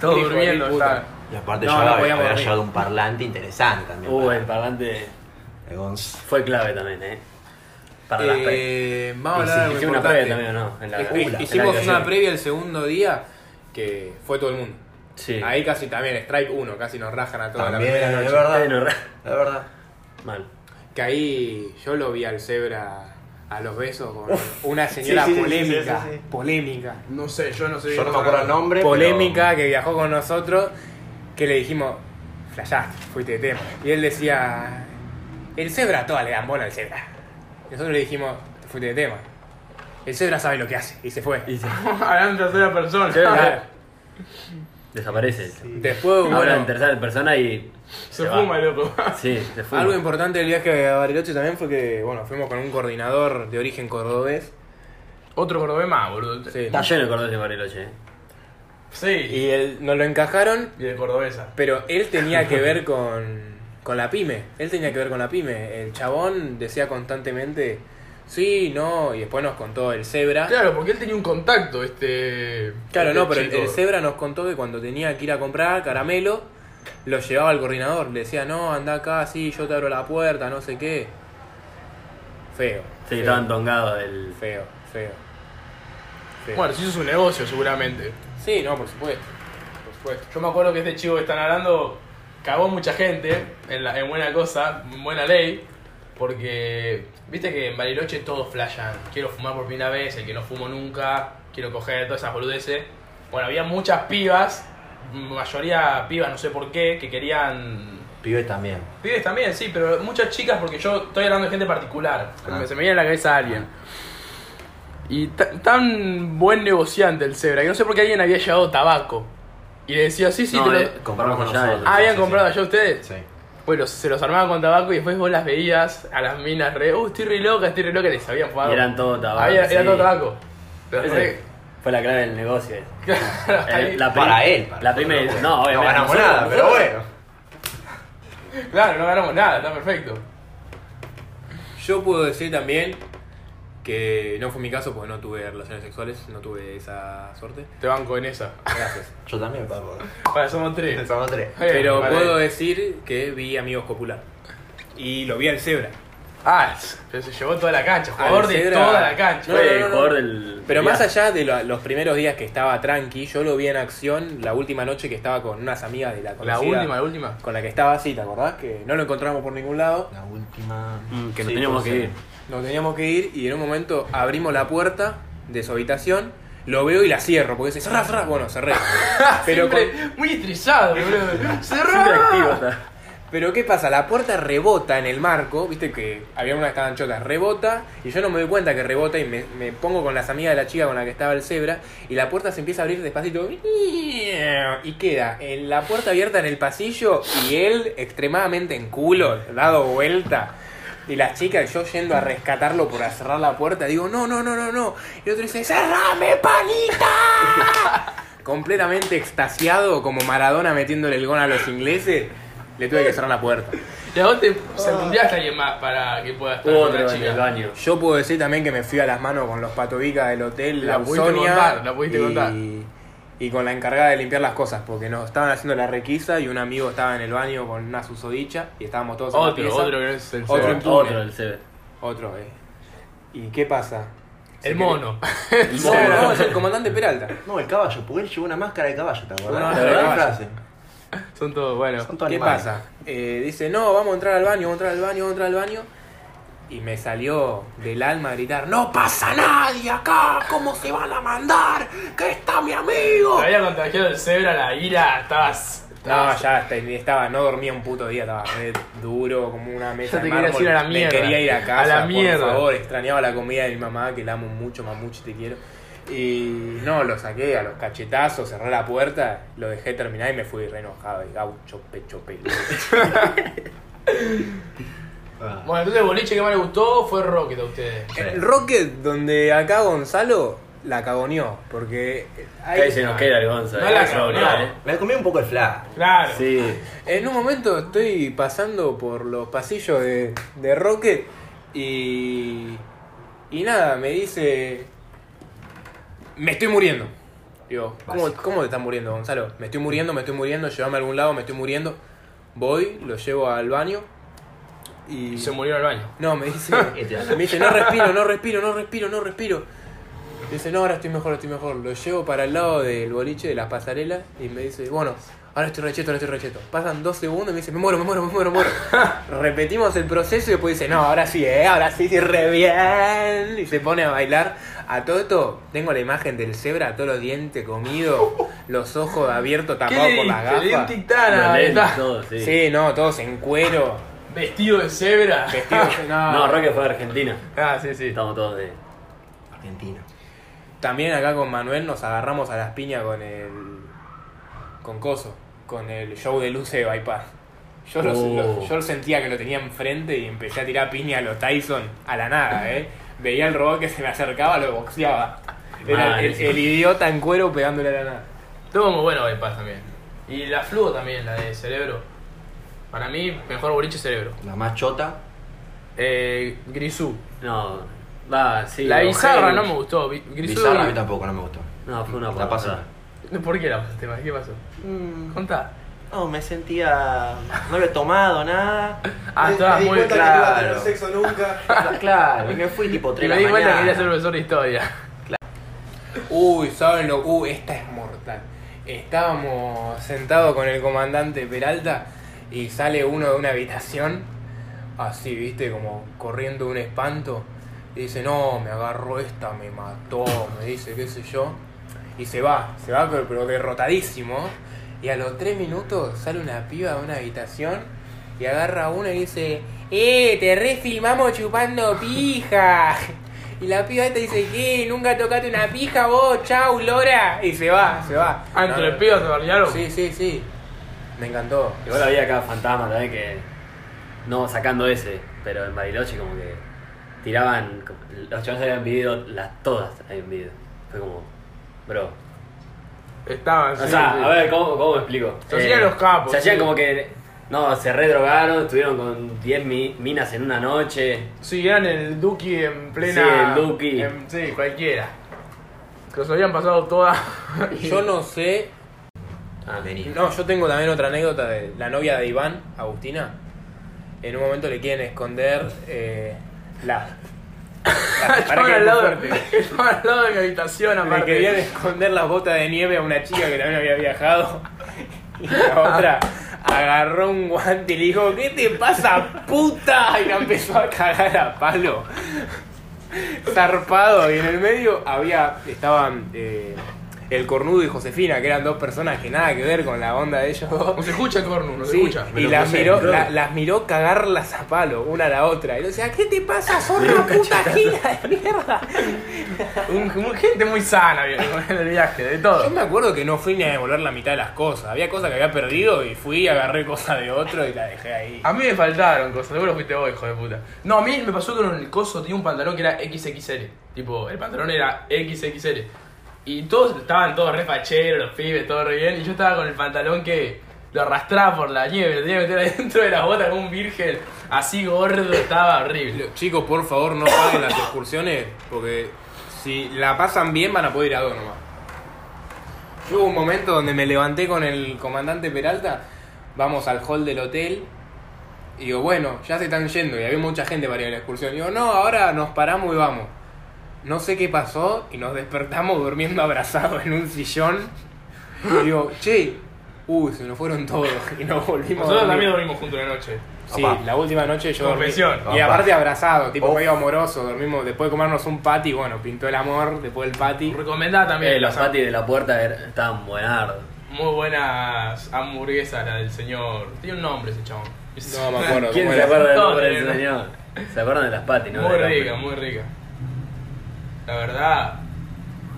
Speaker 2: Todo
Speaker 1: Hijo de
Speaker 2: durmiendo,
Speaker 1: puta.
Speaker 2: está.
Speaker 4: Y aparte
Speaker 1: No,
Speaker 4: yo
Speaker 1: no
Speaker 4: había,
Speaker 1: podíamos
Speaker 4: había
Speaker 1: dormir.
Speaker 4: llevado un parlante interesante también.
Speaker 3: Uh,
Speaker 4: para-
Speaker 3: el parlante
Speaker 4: de Gonz.
Speaker 3: fue clave también, eh. Para las pre-
Speaker 1: Eh, vamos a
Speaker 3: Hici-
Speaker 1: hablar de algo
Speaker 3: hicimos una
Speaker 1: importante.
Speaker 3: previa también, ¿o ¿no? En la-
Speaker 1: Hic-
Speaker 4: Uh,
Speaker 3: en la
Speaker 1: Hicimos
Speaker 3: habitación.
Speaker 1: una previa el segundo día que fue todo el mundo.
Speaker 3: Sí.
Speaker 1: Ahí casi también, Strike 1, casi nos rajan a toda
Speaker 4: También,
Speaker 1: la primera
Speaker 4: es
Speaker 1: noche.
Speaker 4: verdad.
Speaker 3: Bueno, re-
Speaker 4: Es verdad.
Speaker 3: Mal.
Speaker 1: Que ahí yo lo vi al Zebra a los besos con una señora
Speaker 4: sí, sí, sí,
Speaker 1: polémica,
Speaker 4: sí, sí, sí.
Speaker 1: polémica,
Speaker 2: No sé, yo no sé.
Speaker 4: Yo no me acuerdo el nombre. pero-
Speaker 1: polémica que viajó con nosotros, que le dijimos, flashaste, fuiste de tema. Y él decía, el Zebra, toda le dan bola al Zebra. Nosotros le dijimos, fuiste de tema. El Zebra sabe lo que hace y se fue.
Speaker 3: Y se-
Speaker 2: Hablando en tercera persona.
Speaker 1: Claro.
Speaker 3: desaparece.
Speaker 1: Después, bueno,
Speaker 3: Ahora en tercera persona y.
Speaker 2: Se,
Speaker 3: va.
Speaker 2: fuma, loco.
Speaker 3: Sí, se fuma.
Speaker 1: algo importante del viaje a Bariloche también fue que, bueno, fuimos con un coordinador de origen cordobés.
Speaker 2: Otro cordobés más, boludo.
Speaker 1: Sí.
Speaker 3: Está lleno de cordones de Bariloche. eh.
Speaker 2: Sí.
Speaker 1: Y él, nos lo encajaron,
Speaker 2: Y de cordobesa.
Speaker 1: pero él tenía que ver con, con la pyme. Él tenía que ver con la pyme. El chabón decía constantemente, sí, no, y después nos contó el Zebra.
Speaker 2: Claro, porque él tenía un contacto, este.
Speaker 1: Claro,
Speaker 2: este
Speaker 1: no, pero el,
Speaker 2: chico.
Speaker 1: el Zebra nos contó que cuando tenía que ir a comprar caramelo, lo llevaba al coordinador. Le decía, no, anda acá, sí, yo te abro la puerta, no sé qué. Feo.
Speaker 3: Sí,
Speaker 1: feo,
Speaker 3: estaban tongados del.
Speaker 1: Feo, feo. Feo.
Speaker 2: Bueno, se hizo su negocio, seguramente.
Speaker 1: Sí, no, por supuesto. Por supuesto.
Speaker 2: Yo me acuerdo que este chico que están hablando cagó mucha gente en, la- en buena cosa, en buena ley. Porque, viste que en Bariloche todos flashan. Quiero fumar por primera vez, el que no fumo nunca, quiero coger todas esas boludeces. Bueno, había muchas pibas, mayoría pibas, no sé por qué, que querían
Speaker 4: Pibes también.
Speaker 2: Pibes también, sí, pero muchas chicas, porque yo estoy hablando de gente particular.
Speaker 3: Ah.
Speaker 2: Se me viene a la cabeza alguien. Y ta- tan buen negociante el Zebra, que no sé por qué alguien había llevado tabaco. Y le decía, sí, sí,
Speaker 3: No,
Speaker 2: te lo-
Speaker 3: eh,
Speaker 4: Compramos con
Speaker 3: allá
Speaker 4: nosotros.
Speaker 3: del-
Speaker 2: Ah, habían
Speaker 4: sí,
Speaker 2: comprado
Speaker 4: sí.
Speaker 2: allá ustedes.
Speaker 4: Sí.
Speaker 2: Bueno, se los armaban con tabaco y después vos las veías a las minas re, uh, estoy re loca, estoy re loca, les habían fumado.
Speaker 3: Y eran todo tabaco.
Speaker 2: Había-
Speaker 3: sí.
Speaker 2: Eran todo tabaco. Pero
Speaker 3: Ese
Speaker 2: re-
Speaker 3: Fue la clave del negocio. eh.
Speaker 2: claro, ahí-
Speaker 3: Eh, la
Speaker 4: Para
Speaker 3: prim-
Speaker 4: él, para
Speaker 3: la
Speaker 4: nosotros,
Speaker 3: primera.
Speaker 4: pues.
Speaker 3: No,
Speaker 4: No
Speaker 3: obviamente.
Speaker 4: ganamos
Speaker 3: nosotros-
Speaker 4: nada, pero bueno.
Speaker 2: claro, no ganamos nada, está perfecto.
Speaker 1: Yo puedo decir también que no fue mi caso porque no tuve relaciones sexuales, no tuve esa suerte.
Speaker 2: Te banco en esa.
Speaker 1: Gracias.
Speaker 4: Yo también, papo.
Speaker 2: Para, somos tres.
Speaker 4: Somos tres.
Speaker 1: Pero
Speaker 2: Vale.
Speaker 1: puedo decir que vi amigos copular. Y lo vi al Zebra.
Speaker 2: Ah, pero se llevó toda la cancha, jugador
Speaker 1: Al
Speaker 2: de
Speaker 1: Cedra.
Speaker 2: toda la cancha.
Speaker 1: No, no,
Speaker 3: Fue
Speaker 1: no,
Speaker 3: el
Speaker 1: no.
Speaker 3: jugador del.
Speaker 1: Pero
Speaker 3: del
Speaker 1: más
Speaker 3: viaje.
Speaker 1: allá de lo- los primeros días que estaba tranqui, yo lo vi en acción la última noche que estaba con unas amigas de la
Speaker 2: La
Speaker 1: conocida,
Speaker 2: última, la última.
Speaker 1: Con la que estaba así, ¿te acordás? Que no lo encontramos por ningún lado,
Speaker 4: La última.
Speaker 3: Mm, que nos
Speaker 4: Sí,
Speaker 3: teníamos
Speaker 4: puede
Speaker 3: que
Speaker 4: ser.
Speaker 3: ir.
Speaker 1: nos teníamos que ir y en un momento abrimos la puerta de su habitación, lo veo y la cierro, porque se cerrá, cerrá, bueno, cerré. Pero, con-
Speaker 2: Siempre muy estrizado, boludo.
Speaker 3: Siempre activo
Speaker 2: Cerrado.
Speaker 3: está.
Speaker 1: pero ¿qué pasa? La puerta rebota en el marco, viste que había unas que estaban chotas, rebota y yo no me doy cuenta que rebota y me, me pongo con las amigas de la chica con la que estaba el cebra y la puerta se empieza a abrir despacito y queda en la puerta abierta en el pasillo y él extremadamente en culo, dado vuelta. Y las chicas, yo yendo a rescatarlo por a cerrar la puerta, digo, no, no, no, no, no. Y otro dice, cerrame, panita. Completamente extasiado, como Maradona metiéndole el gol a los ingleses, le tuve que cerrar la puerta.
Speaker 2: Y a vos te secundiaste a alguien más para que pueda estar
Speaker 3: Hubo
Speaker 2: con la
Speaker 3: otro en el
Speaker 2: chica.
Speaker 3: baño.
Speaker 1: Yo puedo decir también que me fui a las manos con los patobicas del hotel,
Speaker 2: La
Speaker 1: la,
Speaker 2: pudiste
Speaker 1: Usonia,
Speaker 2: contar, la pudiste
Speaker 1: y,
Speaker 2: contar.
Speaker 1: y con la encargada de limpiar las cosas, porque nos estaban haciendo la requisa y un amigo estaba en el baño con una susodicha y estábamos todos en la
Speaker 2: Otro,
Speaker 1: pieza.
Speaker 2: otro que no es el
Speaker 1: Otro
Speaker 2: Cedra.
Speaker 1: impune.
Speaker 3: Otro del CB.
Speaker 1: Otro, eh. ¿Y qué pasa?
Speaker 2: El mono.
Speaker 3: El
Speaker 1: No,
Speaker 3: Cedra.
Speaker 1: no, es el comandante Peralta.
Speaker 4: No, el caballo, porque él llevó una máscara de caballo,
Speaker 1: Una
Speaker 4: ¿te acordás?
Speaker 1: máscara de
Speaker 4: La
Speaker 1: caballo.
Speaker 4: frase.
Speaker 2: Son todos, bueno.
Speaker 4: Son todos
Speaker 1: ¿Qué
Speaker 4: animales.
Speaker 1: pasa? Eh, dice, no, vamos a entrar al baño, vamos a entrar al baño, vamos a entrar al baño. Y me salió del alma gritar, no pasa nadie acá, ¿cómo se van a mandar? ¿Qué está mi amigo?
Speaker 2: Me había contagiado el cebra, la ira, estabas.
Speaker 1: No,
Speaker 2: estabas-
Speaker 1: ya est- estaba, no dormía un puto día, estaba re duro, como una mesa
Speaker 2: Ya te
Speaker 1: de
Speaker 2: quería
Speaker 1: mármol.
Speaker 2: decir a la
Speaker 1: Me
Speaker 2: mierda.
Speaker 1: quería ir a casa,
Speaker 2: A la
Speaker 1: por
Speaker 2: mierda.
Speaker 1: favor, extrañaba la comida de mi mamá, que la amo mucho, mamuchi, te quiero. Y no, lo saqué a los cachetazos, cerré la puerta, lo dejé terminar y me fui re enojado, y gaucho, pecho, pelo.
Speaker 4: Ah.
Speaker 2: Bueno, entonces el boliche que más le gustó fue Rocket a ustedes.
Speaker 1: El Rocket, donde acá Gonzalo la cagoneó, porque ahí-
Speaker 3: Ahí se nos queda el Gonza.
Speaker 2: No la
Speaker 3: eh.
Speaker 2: cagó,
Speaker 3: Eso,
Speaker 2: no.
Speaker 3: eh.
Speaker 4: Me comí un poco el fla.
Speaker 2: Claro.
Speaker 3: Sí.
Speaker 1: en un momento estoy pasando por los pasillos de, de Rocket y. Y nada, me dice. Me estoy muriendo. Digo, ¿cómo,
Speaker 4: Básico.
Speaker 1: ¿cómo te estás muriendo, Gonzalo? Me estoy muriendo, me estoy muriendo, llévame a algún lado, me estoy muriendo. Voy, lo llevo al baño y.
Speaker 2: Y se murió en el baño.
Speaker 1: No, me dice. me dice, no respiro, no respiro, no respiro, no respiro. Dice, no, ahora estoy mejor, estoy mejor. Lo llevo para el lado del boliche, de las pasarelas, y me dice, bueno, ahora estoy recheto, ahora estoy recheto. Pasan dos segundos y me dice, me muero, me muero, me muero, me muero. Repetimos el proceso y después dice, no, ahora sí, eh, ahora sí, sí, re bien. Y se pone a bailar. A todo esto, tengo la imagen del cebra, todos los dientes comidos, los ojos abiertos, tapados por las
Speaker 2: Le di un
Speaker 1: gafas.
Speaker 2: tic-tac,
Speaker 3: Los
Speaker 2: ahí
Speaker 3: lentes,
Speaker 2: Ah, está.
Speaker 3: todo, sí.
Speaker 1: Sí, no, todos en cuero,
Speaker 2: Vestido de cebra.
Speaker 1: vestidos.
Speaker 3: No, Roque fue a Argentina.
Speaker 2: Ah, sí, sí.
Speaker 3: Estamos todos de.
Speaker 4: Argentina.
Speaker 1: También acá con Manuel nos agarramos a las piñas con el. con Coso, con el show de luces de Bypass. Yo, lo-
Speaker 3: Oh.
Speaker 1: lo- yo sentía que lo tenía enfrente y empecé a tirar piña a los Tyson a la nada, ¿eh? Veía el robot que se me acercaba, lo boxeaba. Era el,
Speaker 3: Malísimo.
Speaker 1: el idiota en cuero pegándole a la nada.
Speaker 2: Estuvo muy bueno Bypass también. Y la Fluo también, la de Cerebro. Para mí, mejor boliche Cerebro.
Speaker 4: La más chota.
Speaker 2: Eh, Grisú.
Speaker 3: No, va, sí.
Speaker 2: la
Speaker 3: Ojalá
Speaker 2: bizarra
Speaker 3: que-
Speaker 2: no me gustó. Bi- Grisú.
Speaker 4: Bizarra a mí tampoco, no me gustó.
Speaker 3: No, fue una
Speaker 4: La pasé.
Speaker 3: pasada.
Speaker 2: ¿Por qué la pasaste mal? ¿Qué pasó? Contá.
Speaker 4: No, me sentía. No había tomado nada.
Speaker 2: Ah,
Speaker 5: Me-
Speaker 2: estaba
Speaker 5: me di
Speaker 2: muy
Speaker 5: cuenta que no
Speaker 2: claro.
Speaker 5: iba a tener
Speaker 4: claro.
Speaker 5: sexo nunca.
Speaker 4: Claro, y me fui tipo
Speaker 2: Y
Speaker 4: tres
Speaker 2: me
Speaker 4: de
Speaker 2: di
Speaker 4: la
Speaker 2: cuenta que
Speaker 4: mañana.
Speaker 2: quería ser profesor de historia.
Speaker 1: Uy, ¿saben lo? Uh, esta es mortal. Estábamos sentados con el comandante Peralta y sale uno de una habitación, así, viste, como corriendo un espanto. Y dice, no, me agarró esta, me mató, me dice, qué sé yo. Y se va, se va, pero- pero derrotadísimo. Y a los tres minutos sale una piba de una habitación y agarra a uno y dice, ¡eh! Te refilmamos chupando pija. Y la piba esta dice, ¿qué? Nunca tocaste una pija vos, chau, Lora. Y se va, se va.
Speaker 2: Ah,
Speaker 1: No,
Speaker 2: entre
Speaker 1: no.
Speaker 2: pibas se bardearon.
Speaker 1: Sí, sí, sí. Me encantó.
Speaker 3: Igual había acá fantasma también que. No sacando ese, pero en Bariloche como que tiraban. como- Los chavales habían vivido, las todas habían vivido. Fue como. Bro.
Speaker 2: Estaban.
Speaker 3: O
Speaker 2: Ah, sí,
Speaker 3: sea,
Speaker 2: sí.
Speaker 3: a ver, ¿cómo, cómo me explico? Eh,
Speaker 2: Se hacían los capos,
Speaker 3: Se hacían
Speaker 2: sí.
Speaker 3: como que. No, se redrogaron, estuvieron con 10 mi- minas en una noche.
Speaker 2: Sí, eran el Duki en plena.
Speaker 3: Sí, el Duki.
Speaker 2: en- sí, cualquiera. Que los habían pasado todas.
Speaker 1: Yo no sé.
Speaker 3: Ah,
Speaker 4: Vení.
Speaker 1: No, yo tengo también otra anécdota de la novia de Iván, Agustina. En un momento le quieren esconder eh, la. la- para
Speaker 2: Estaban
Speaker 1: que-
Speaker 2: al, lado, estaban al lado de mi habitación,
Speaker 1: Le
Speaker 2: aparte.
Speaker 1: querían esconder las botas de nieve a una chica que también había viajado. Y la otra agarró un guante y le dijo, ¿qué te pasa, puta? Y la empezó a cagar a palo. Zarpado. Y en el medio había. estaban eh, el cornudo y Josefina, que eran dos personas que nada que ver con la onda de ellos dos.
Speaker 2: No se escucha el corno, no se
Speaker 1: Sí,
Speaker 2: escucha.
Speaker 1: y las miró, la- las miró cagarlas a palo, una a la otra. Y le decía, ¿qué te pasa? ¡Sos una puta gira de mierda!
Speaker 2: Un- un- gente muy sana viejo, en el viaje, de
Speaker 1: Yo
Speaker 2: todo.
Speaker 1: me acuerdo que no fui ni a devolver la mitad de las cosas. Había cosas que había perdido y fui, agarré cosas de otro y la dejé ahí.
Speaker 2: A mí me faltaron cosas, seguro fuiste vos, hijo de puta. No, a mí me pasó que en el coso tenía un pantalón que era XXL. Tipo, el pantalón era XXL. Y todos estaban todos re facheros, los pibes, todo re bien. Y yo estaba con el pantalón que lo arrastraba por la nieve, lo tenía que meter adentro de las botas como un virgen. Así gordo, estaba horrible.
Speaker 1: Chicos, por favor, no paguen las excursiones porque si la pasan bien van a poder ir a dos nomás. Yo hubo un momento donde me levanté con el comandante Peralta, vamos al hall del hotel y digo, bueno, ya se están yendo y había mucha gente para ir a la excursión. Y digo, no, ahora nos paramos y vamos. No sé qué pasó y nos despertamos durmiendo abrazados en un sillón. Y digo, che, uy, se nos fueron todos y nos volvimos. a
Speaker 2: Nosotros
Speaker 1: dormir.
Speaker 2: también dormimos juntos una noche.
Speaker 1: Sí,
Speaker 4: Papá.
Speaker 1: la última noche yo dormí.
Speaker 2: Confesión.
Speaker 1: Y
Speaker 4: Papá.
Speaker 1: aparte abrazado, tipo
Speaker 4: Oh.
Speaker 1: medio amoroso, dormimos después de comernos un patty, bueno, pintó el amor, después del patty.
Speaker 2: Recomendada también.
Speaker 3: Eh, los
Speaker 2: las-
Speaker 3: patis de la puerta er- estaban buenardos.
Speaker 2: Muy buenas hamburguesas, la del señor. Tiene un nombre ese chabón.
Speaker 1: No me acuerdo.
Speaker 3: ¿Quién
Speaker 1: cómo
Speaker 3: se
Speaker 1: era.
Speaker 3: acuerda del
Speaker 2: No,
Speaker 3: nombre del
Speaker 2: no, no.
Speaker 3: señor? Se acuerdan de las patis, ¿no?
Speaker 2: Muy
Speaker 3: Del hombre.
Speaker 2: rica, muy rica. La verdad.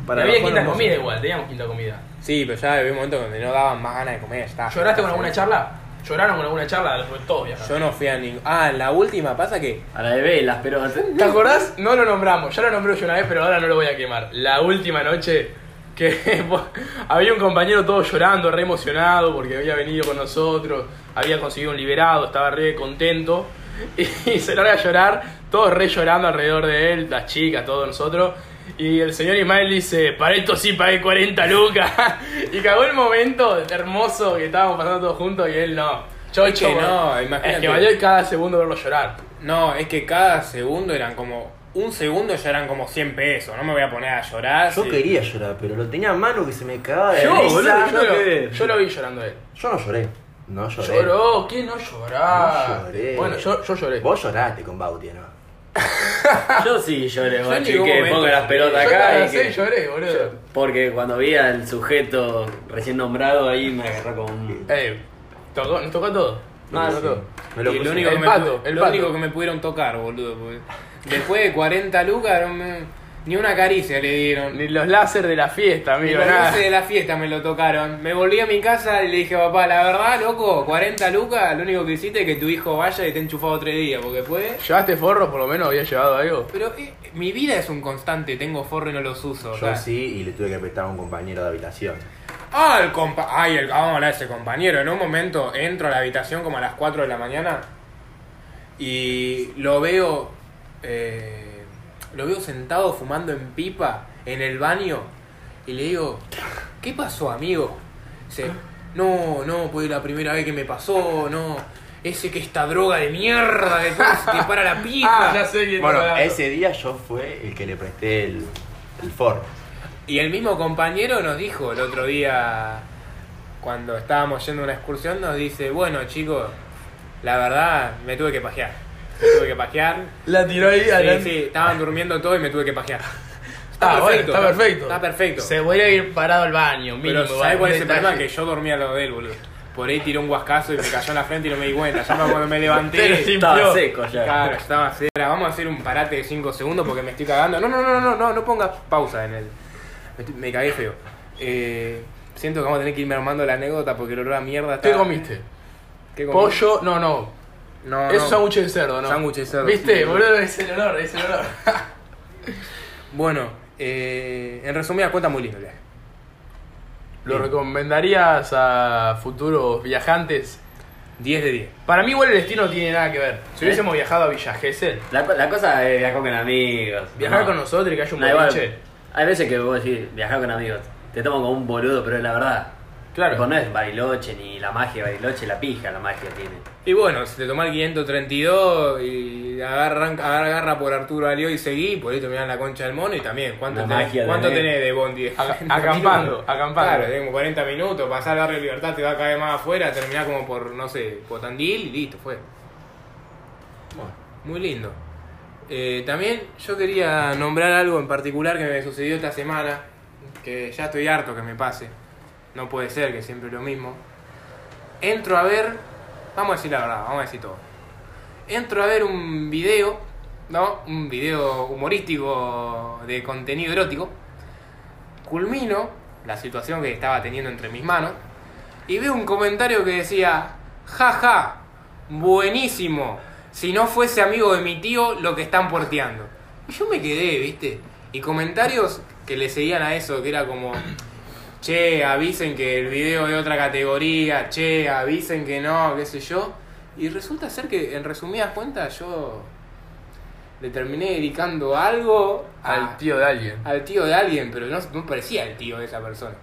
Speaker 4: Para
Speaker 2: había
Speaker 4: los
Speaker 2: quinta
Speaker 4: conos,
Speaker 2: comida
Speaker 4: no sé.
Speaker 2: igual, teníamos quinta comida.
Speaker 1: Sí, pero ya había un momento donde no daban más ganas de comer, está.
Speaker 2: ¿Lloraste con alguna charla? ¿Lloraron con alguna charla? Después todos viajaron.
Speaker 1: Yo no fui a ningún. Ah, la última pasa que.
Speaker 3: A la de velas, pero.
Speaker 2: ¿Te acordás? No lo nombramos, ya lo nombré yo una vez, pero ahora no lo voy a quemar. La última noche que había un compañero todo llorando, re emocionado porque había venido con nosotros, había conseguido un liberado, estaba re contento y, se larga a llorar, todos re llorando alrededor de él, las chicas, todos nosotros. Y el señor Ismael dice, para esto sí pagué 40 lucas. y cagó el momento hermoso que estábamos pasando todos juntos y él no. Yo
Speaker 1: Es que no, imagínate.
Speaker 2: Es que valió cada segundo verlo llorar.
Speaker 1: No, es que cada segundo eran como. Un segundo ya eran como 100 pesos, no me voy a poner a llorar.
Speaker 4: Yo
Speaker 1: sí.
Speaker 4: quería llorar, pero lo tenía a mano que se me cagaba de
Speaker 2: Yo,
Speaker 4: risa.
Speaker 2: boludo, yo,
Speaker 4: No
Speaker 2: lo,
Speaker 4: quería.
Speaker 2: yo lo vi llorando a él.
Speaker 4: Yo no lloré. No lloré.
Speaker 2: Lloró, ¿qué no
Speaker 4: No
Speaker 2: llorá?
Speaker 4: lloré.
Speaker 2: Bueno, yo, yo lloré.
Speaker 4: Vos lloraste con Bauti, ¿no?
Speaker 2: Ah,
Speaker 3: Yo sí lloré,
Speaker 1: en
Speaker 3: guacho, y
Speaker 1: ningún
Speaker 3: que
Speaker 1: momento
Speaker 3: pongo las
Speaker 1: lloré.
Speaker 3: pelotas
Speaker 2: Yo
Speaker 3: acá. y
Speaker 2: cuando nací
Speaker 3: que-
Speaker 2: lloré, boludo.
Speaker 3: Porque cuando vi al sujeto recién nombrado ahí me agarró como un.
Speaker 2: Ey, tocó, nos tocó todo.
Speaker 3: No,
Speaker 2: Nos
Speaker 3: sí.
Speaker 2: tocó todo.
Speaker 4: Me lo
Speaker 1: Y
Speaker 4: puse-
Speaker 1: Eh, lo único,
Speaker 2: El
Speaker 1: que,
Speaker 2: pato,
Speaker 1: me,
Speaker 2: el
Speaker 1: lo
Speaker 2: pato.
Speaker 1: único que me pudieron tocar, boludo. porque Después de 40 lucas, no me- Ni una caricia le dieron.
Speaker 2: Ni los láser de la fiesta,
Speaker 1: Ni
Speaker 2: amigo,
Speaker 1: los
Speaker 2: nada.
Speaker 1: dulces de la fiesta me lo tocaron. Me volví a mi casa y le dije, papá, la verdad, loco, 40 lucas, lo único que hiciste es que tu hijo vaya y te enchufado tres días, porque fue...
Speaker 2: ¿Llevaste forro? Por lo menos había llevado algo.
Speaker 1: Pero eh, mi vida es un constante, tengo forro y no los uso. o
Speaker 4: Yo
Speaker 1: sea.
Speaker 4: sí, y le tuve que apretar a un compañero de habitación.
Speaker 1: Ah, el compa... Ay, el... vamos a hablar de ese compañero. En un momento entro a la habitación como a las 4 de la mañana y lo veo... eh, lo veo sentado fumando en pipa en el baño y le digo, ¿qué pasó, amigo? Dice, no, no, pues la primera vez que me pasó, no... Ese que esta droga de mierda, que se te para la pipa.
Speaker 2: Ah, ya sé quién
Speaker 4: Bueno,
Speaker 2: está hablando.
Speaker 4: ese día yo fue el que le presté el, el Ford.
Speaker 1: Y el mismo compañero nos dijo el otro día, cuando estábamos yendo a una excursión, nos dice, bueno chicos, la verdad me tuve que pajear. Me tuve que pajear.
Speaker 2: La tiró ahí
Speaker 1: Sí,
Speaker 2: adelante.
Speaker 1: sí, estaban durmiendo todo y me tuve que pajear.
Speaker 2: Ah, bueno, está perfecto.
Speaker 1: Está perfecto.
Speaker 2: Se voy a ir parado al baño, mínimo.
Speaker 1: Pero ¿sabes cuál es el
Speaker 2: detalle.
Speaker 1: problema? Que yo dormía al lado de él, boludo. Por ahí tiró un guascazo y me cayó en la frente y no me di cuenta. Ya cuando me
Speaker 2: Pero
Speaker 1: levanté...
Speaker 2: sí,
Speaker 3: Estaba
Speaker 2: Limpió.
Speaker 3: seco ya.
Speaker 1: Claro, estaba así. Ahora vamos a hacer un parate de 5 segundos porque me estoy cagando. No, no, no, no, no, no pongas pausa en el. Me, estoy- me cagué feo. Eh, siento que vamos a tener que irme armando la anécdota porque el olor a mierda está.
Speaker 2: ¿Qué comiste?
Speaker 1: ¿Qué comí?
Speaker 2: Pollo, no, no.
Speaker 1: No, no.
Speaker 2: Es un sándwich de cerdo, ¿no?
Speaker 1: Sándwich de cerdo,
Speaker 2: ¿Viste?
Speaker 1: sí.
Speaker 2: boludo, es el olor, es el olor.
Speaker 1: Bueno, eh, en resumidas cuentas, muy lindo el viaje.
Speaker 2: ¿Lo recomendarías a futuros viajantes?
Speaker 1: 10 de 10.
Speaker 2: Para mí igual el destino no tiene nada que ver. Si
Speaker 3: ¿Eh?
Speaker 2: hubiésemos viajado a Villa Gesell,
Speaker 3: La, co- la cosa es viajar con amigos.
Speaker 2: viajar
Speaker 3: No.
Speaker 2: con nosotros y que haya un
Speaker 3: No, igual,
Speaker 2: boliche.
Speaker 3: hay veces que vos decís, viajar con amigos, te toman como un boludo, pero es la verdad.
Speaker 2: Claro.
Speaker 3: Tipo, no es Bariloche ni la magia de Bariloche, la pija la magia tiene.
Speaker 1: Y bueno, si te tomás el 532 y agarra, agarra por Arturo Alió y seguí, por ahí te mirás la concha del mono y también. ¿Cuánto,
Speaker 3: La
Speaker 1: tenés,
Speaker 3: magia de
Speaker 1: ¿cuánto
Speaker 3: Ned.
Speaker 1: tenés de Bondi?
Speaker 2: Ac- acampando, acampando.
Speaker 1: Claro, tenés como 40 minutos, pasar al barrio Libertad, te va a caer más afuera, terminás como por, no sé, Potandil y listo, fue. Muy lindo. Eh, también yo quería nombrar algo en particular que me sucedió esta semana, que ya estoy harto que me pase. No puede ser que siempre lo mismo. Entro a ver, vamos a decir la verdad, vamos a decir todo. Entro a ver un video, ¿no? Un video humorístico de contenido erótico. Culmino la situación que estaba teniendo entre mis manos y veo un comentario que decía, jaja, buenísimo, si no fuese amigo de mi tío lo que están porteando. Y yo me quedé, viste, y comentarios que le seguían a eso, que era como, che, avisen que el video de otra categoría, che, avisen que no, qué sé yo. Y resulta ser que, en resumidas cuentas, yo le terminé dedicando algo a-
Speaker 2: Al tío de alguien.
Speaker 1: al tío de alguien, pero no, no parecía el tío de esa persona.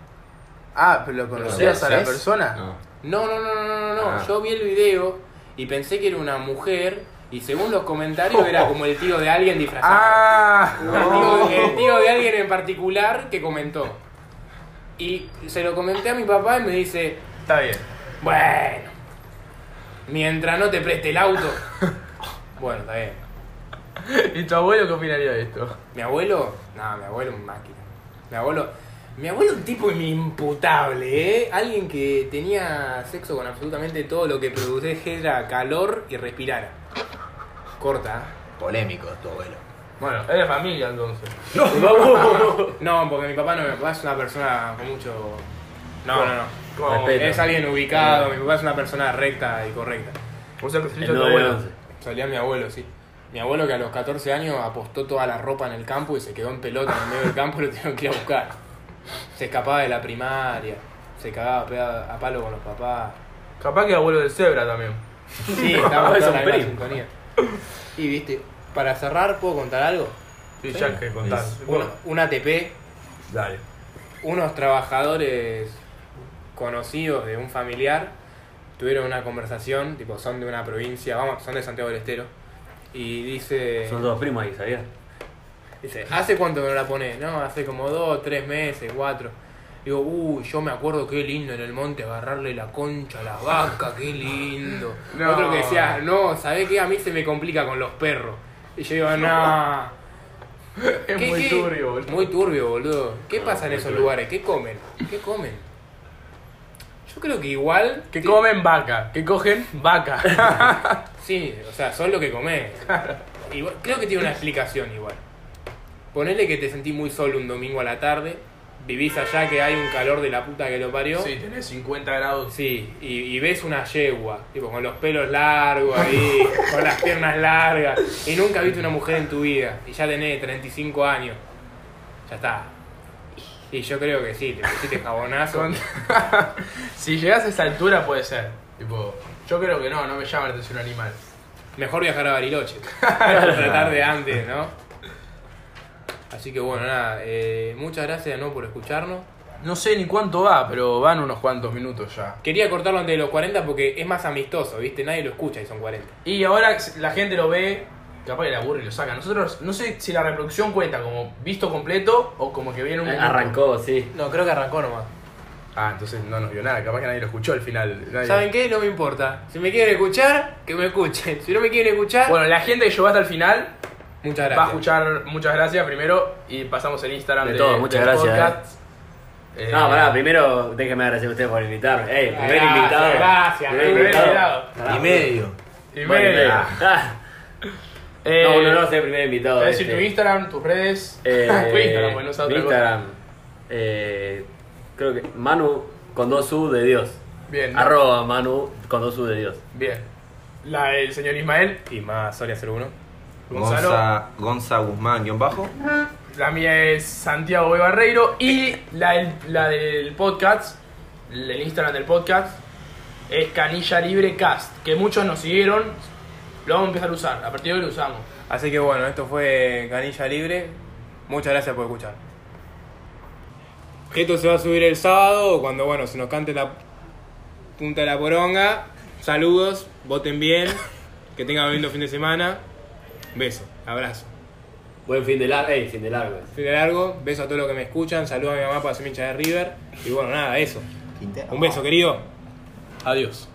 Speaker 2: Ah, pero lo conocías a la
Speaker 4: ¿Conoces?
Speaker 2: persona.
Speaker 4: No.
Speaker 1: No, no, no, no, no, no, no.
Speaker 4: Ah.
Speaker 1: Yo vi el video y pensé que era una mujer y según los comentarios era como el tío de alguien disfrazado.
Speaker 2: Ah,
Speaker 1: El tío- El tío de alguien en particular que comentó. Y se lo comenté a mi papá y me dice,
Speaker 2: está bien.
Speaker 1: bueno, mientras no te preste el auto. Bueno, está bien.
Speaker 2: ¿Y tu abuelo qué opinaría de esto?
Speaker 1: Mi abuelo, no, mi abuelo es un máquina. Mi abuelo, mi abuelo un tipo inimputable, ¿eh? Alguien que tenía sexo con absolutamente todo lo que produjera calor y respirara. Corta. ¿eh?
Speaker 4: Polémico tu abuelo.
Speaker 1: Bueno,
Speaker 2: Eres familia entonces.
Speaker 1: no, porque mi papá no, mi papá es una persona con mucho. No, no, no.
Speaker 2: Como-
Speaker 3: Respeto.
Speaker 1: Es alguien ubicado, mi papá es una persona recta y correcta.
Speaker 2: O sea, que se
Speaker 3: El
Speaker 2: hizo tu
Speaker 3: nuevo
Speaker 2: abuelo.
Speaker 3: once.
Speaker 1: Solía mi abuelo, sí. Mi abuelo que a los 14 años apostó toda la ropa en el campo y se quedó en pelota en el medio del campo y lo tuvieron que ir a buscar. Se escapaba de la primaria, se cagaba a peda- a palo con los papás.
Speaker 2: Capaz que abuelo del cebra también.
Speaker 1: Sí, estaba
Speaker 3: Son
Speaker 1: en la misma
Speaker 3: primos.
Speaker 1: sintonía. Y viste, para cerrar, ¿puedo contar algo?
Speaker 2: Sí, ya que contás.
Speaker 1: Bueno, un ATP,
Speaker 2: Dale.
Speaker 1: unos trabajadores conocidos de un familiar tuvieron una conversación, tipo son de una provincia, vamos, son de Santiago del Estero. Y dice.
Speaker 3: Son dos primos ahí, ¿sabías?
Speaker 1: Dice, ¿hace cuánto que no la pones? No, hace como dos, tres meses, cuatro. Digo, uy, yo me acuerdo qué lindo en el monte agarrarle la concha a la vaca, qué lindo.
Speaker 2: No.
Speaker 1: Otro que decía, no, ¿sabés qué? A mí se me complica con los perros. Y yo digo, no.
Speaker 2: Es
Speaker 1: ¿Qué-
Speaker 2: muy
Speaker 1: qué?
Speaker 2: turbio, boludo.
Speaker 1: Muy turbio, boludo. ¿Qué
Speaker 4: No,
Speaker 1: pasa en
Speaker 4: muy
Speaker 1: esos
Speaker 4: turbio.
Speaker 1: lugares? ¿Qué comen? ¿Qué comen? Yo creo que igual.
Speaker 2: Que
Speaker 1: ti-
Speaker 2: comen vaca, que cogen vaca.
Speaker 1: Sí, o sea, son lo que comés. Igual- creo que tiene una explicación igual. Ponele que te sentís muy solo un domingo a la tarde, vivís allá que hay un calor de la puta que lo parió.
Speaker 2: Sí, tenés 50 grados.
Speaker 1: Sí, y, y ves una yegua, tipo con los pelos largos ahí, con las piernas largas, y nunca viste una mujer en tu vida, y ya tenés 35 años. Ya está. Y yo creo que sí, te pusiste jabonazo.
Speaker 2: Con- si llegás a esa altura puede ser. Tipo, yo creo que no, no me llama la atención un animal.
Speaker 1: Mejor viajar a Bariloche. Tratar de antes, ¿no? Así que bueno, nada, eh, muchas gracias ¿no? por escucharnos.
Speaker 2: No sé ni cuánto va, pero van unos cuantos minutos ya.
Speaker 1: Quería cortarlo antes de los 40 porque es más amistoso, ¿viste? Nadie lo escucha y son 40.
Speaker 2: Y ahora la gente lo ve, capaz que le aburre y lo saca. Nosotros, no sé si la reproducción cuenta como visto completo o como que viene un. momento.
Speaker 3: Arrancó, sí.
Speaker 1: No, creo que arrancó nomás.
Speaker 2: Ah, entonces no nos vio nada, capaz que nadie lo escuchó al final. Nadie-
Speaker 1: ¿Saben qué? No me importa. Si me quieren escuchar, que me escuchen. Si no me quieren escuchar,
Speaker 2: Bueno, la gente que llegó hasta el final
Speaker 1: muchas
Speaker 2: va a
Speaker 1: gracias.
Speaker 2: escuchar muchas gracias primero y pasamos el Instagram
Speaker 3: De
Speaker 2: de,
Speaker 3: todo, muchas
Speaker 2: del
Speaker 3: gracias,
Speaker 2: podcast. Eh,
Speaker 3: No, pará, primero déjenme agradecer a ustedes por invitarme. Ey, primer
Speaker 1: Gracias,
Speaker 3: invitado.
Speaker 1: gracias,
Speaker 3: primer
Speaker 2: primer
Speaker 3: invitado.
Speaker 2: invitado.
Speaker 3: Pará,
Speaker 4: Y medio.
Speaker 2: Eh, Y
Speaker 3: bueno,
Speaker 2: media.
Speaker 3: Ah,
Speaker 2: Eh,
Speaker 3: no, no, no, soy el primer invitado.
Speaker 2: Te voy a decir
Speaker 3: este.
Speaker 2: tu Instagram, tus redes.
Speaker 3: Eh,
Speaker 2: tu Instagram, bueno, usa
Speaker 3: mi
Speaker 2: otra cosa.
Speaker 3: Instagram. Eh, creo que Manu con dos U de Dios.
Speaker 2: Bien. ¿no?
Speaker 3: Arroba Manu con dos U de Dios.
Speaker 2: Bien. La del señor Ismael,
Speaker 1: Y más Soria 01.
Speaker 2: Gonzalo.
Speaker 4: Gonza, Gonza Guzmán, guión bajo.
Speaker 2: La mía es Santiago B. Barreiro. Y la del, la del podcast, el Instagram del podcast, es Canilla Libre Cast. Que muchos nos siguieron. Lo vamos a empezar a usar. A partir de hoy lo usamos.
Speaker 1: Así que bueno, esto fue Canilla Libre. Muchas gracias por escuchar. Esto se va a subir el sábado, cuando bueno, se nos cante la punta de la poronga. Saludos, voten bien, que tengan un lindo fin de semana. Beso, abrazo.
Speaker 3: Buen fin de largo. Ey, fin de largo.
Speaker 1: Fin de largo, beso a todos los que me escuchan, saludo a mi mamá para ser hincha de River. Y bueno, nada, eso. Un beso, querido. Adiós.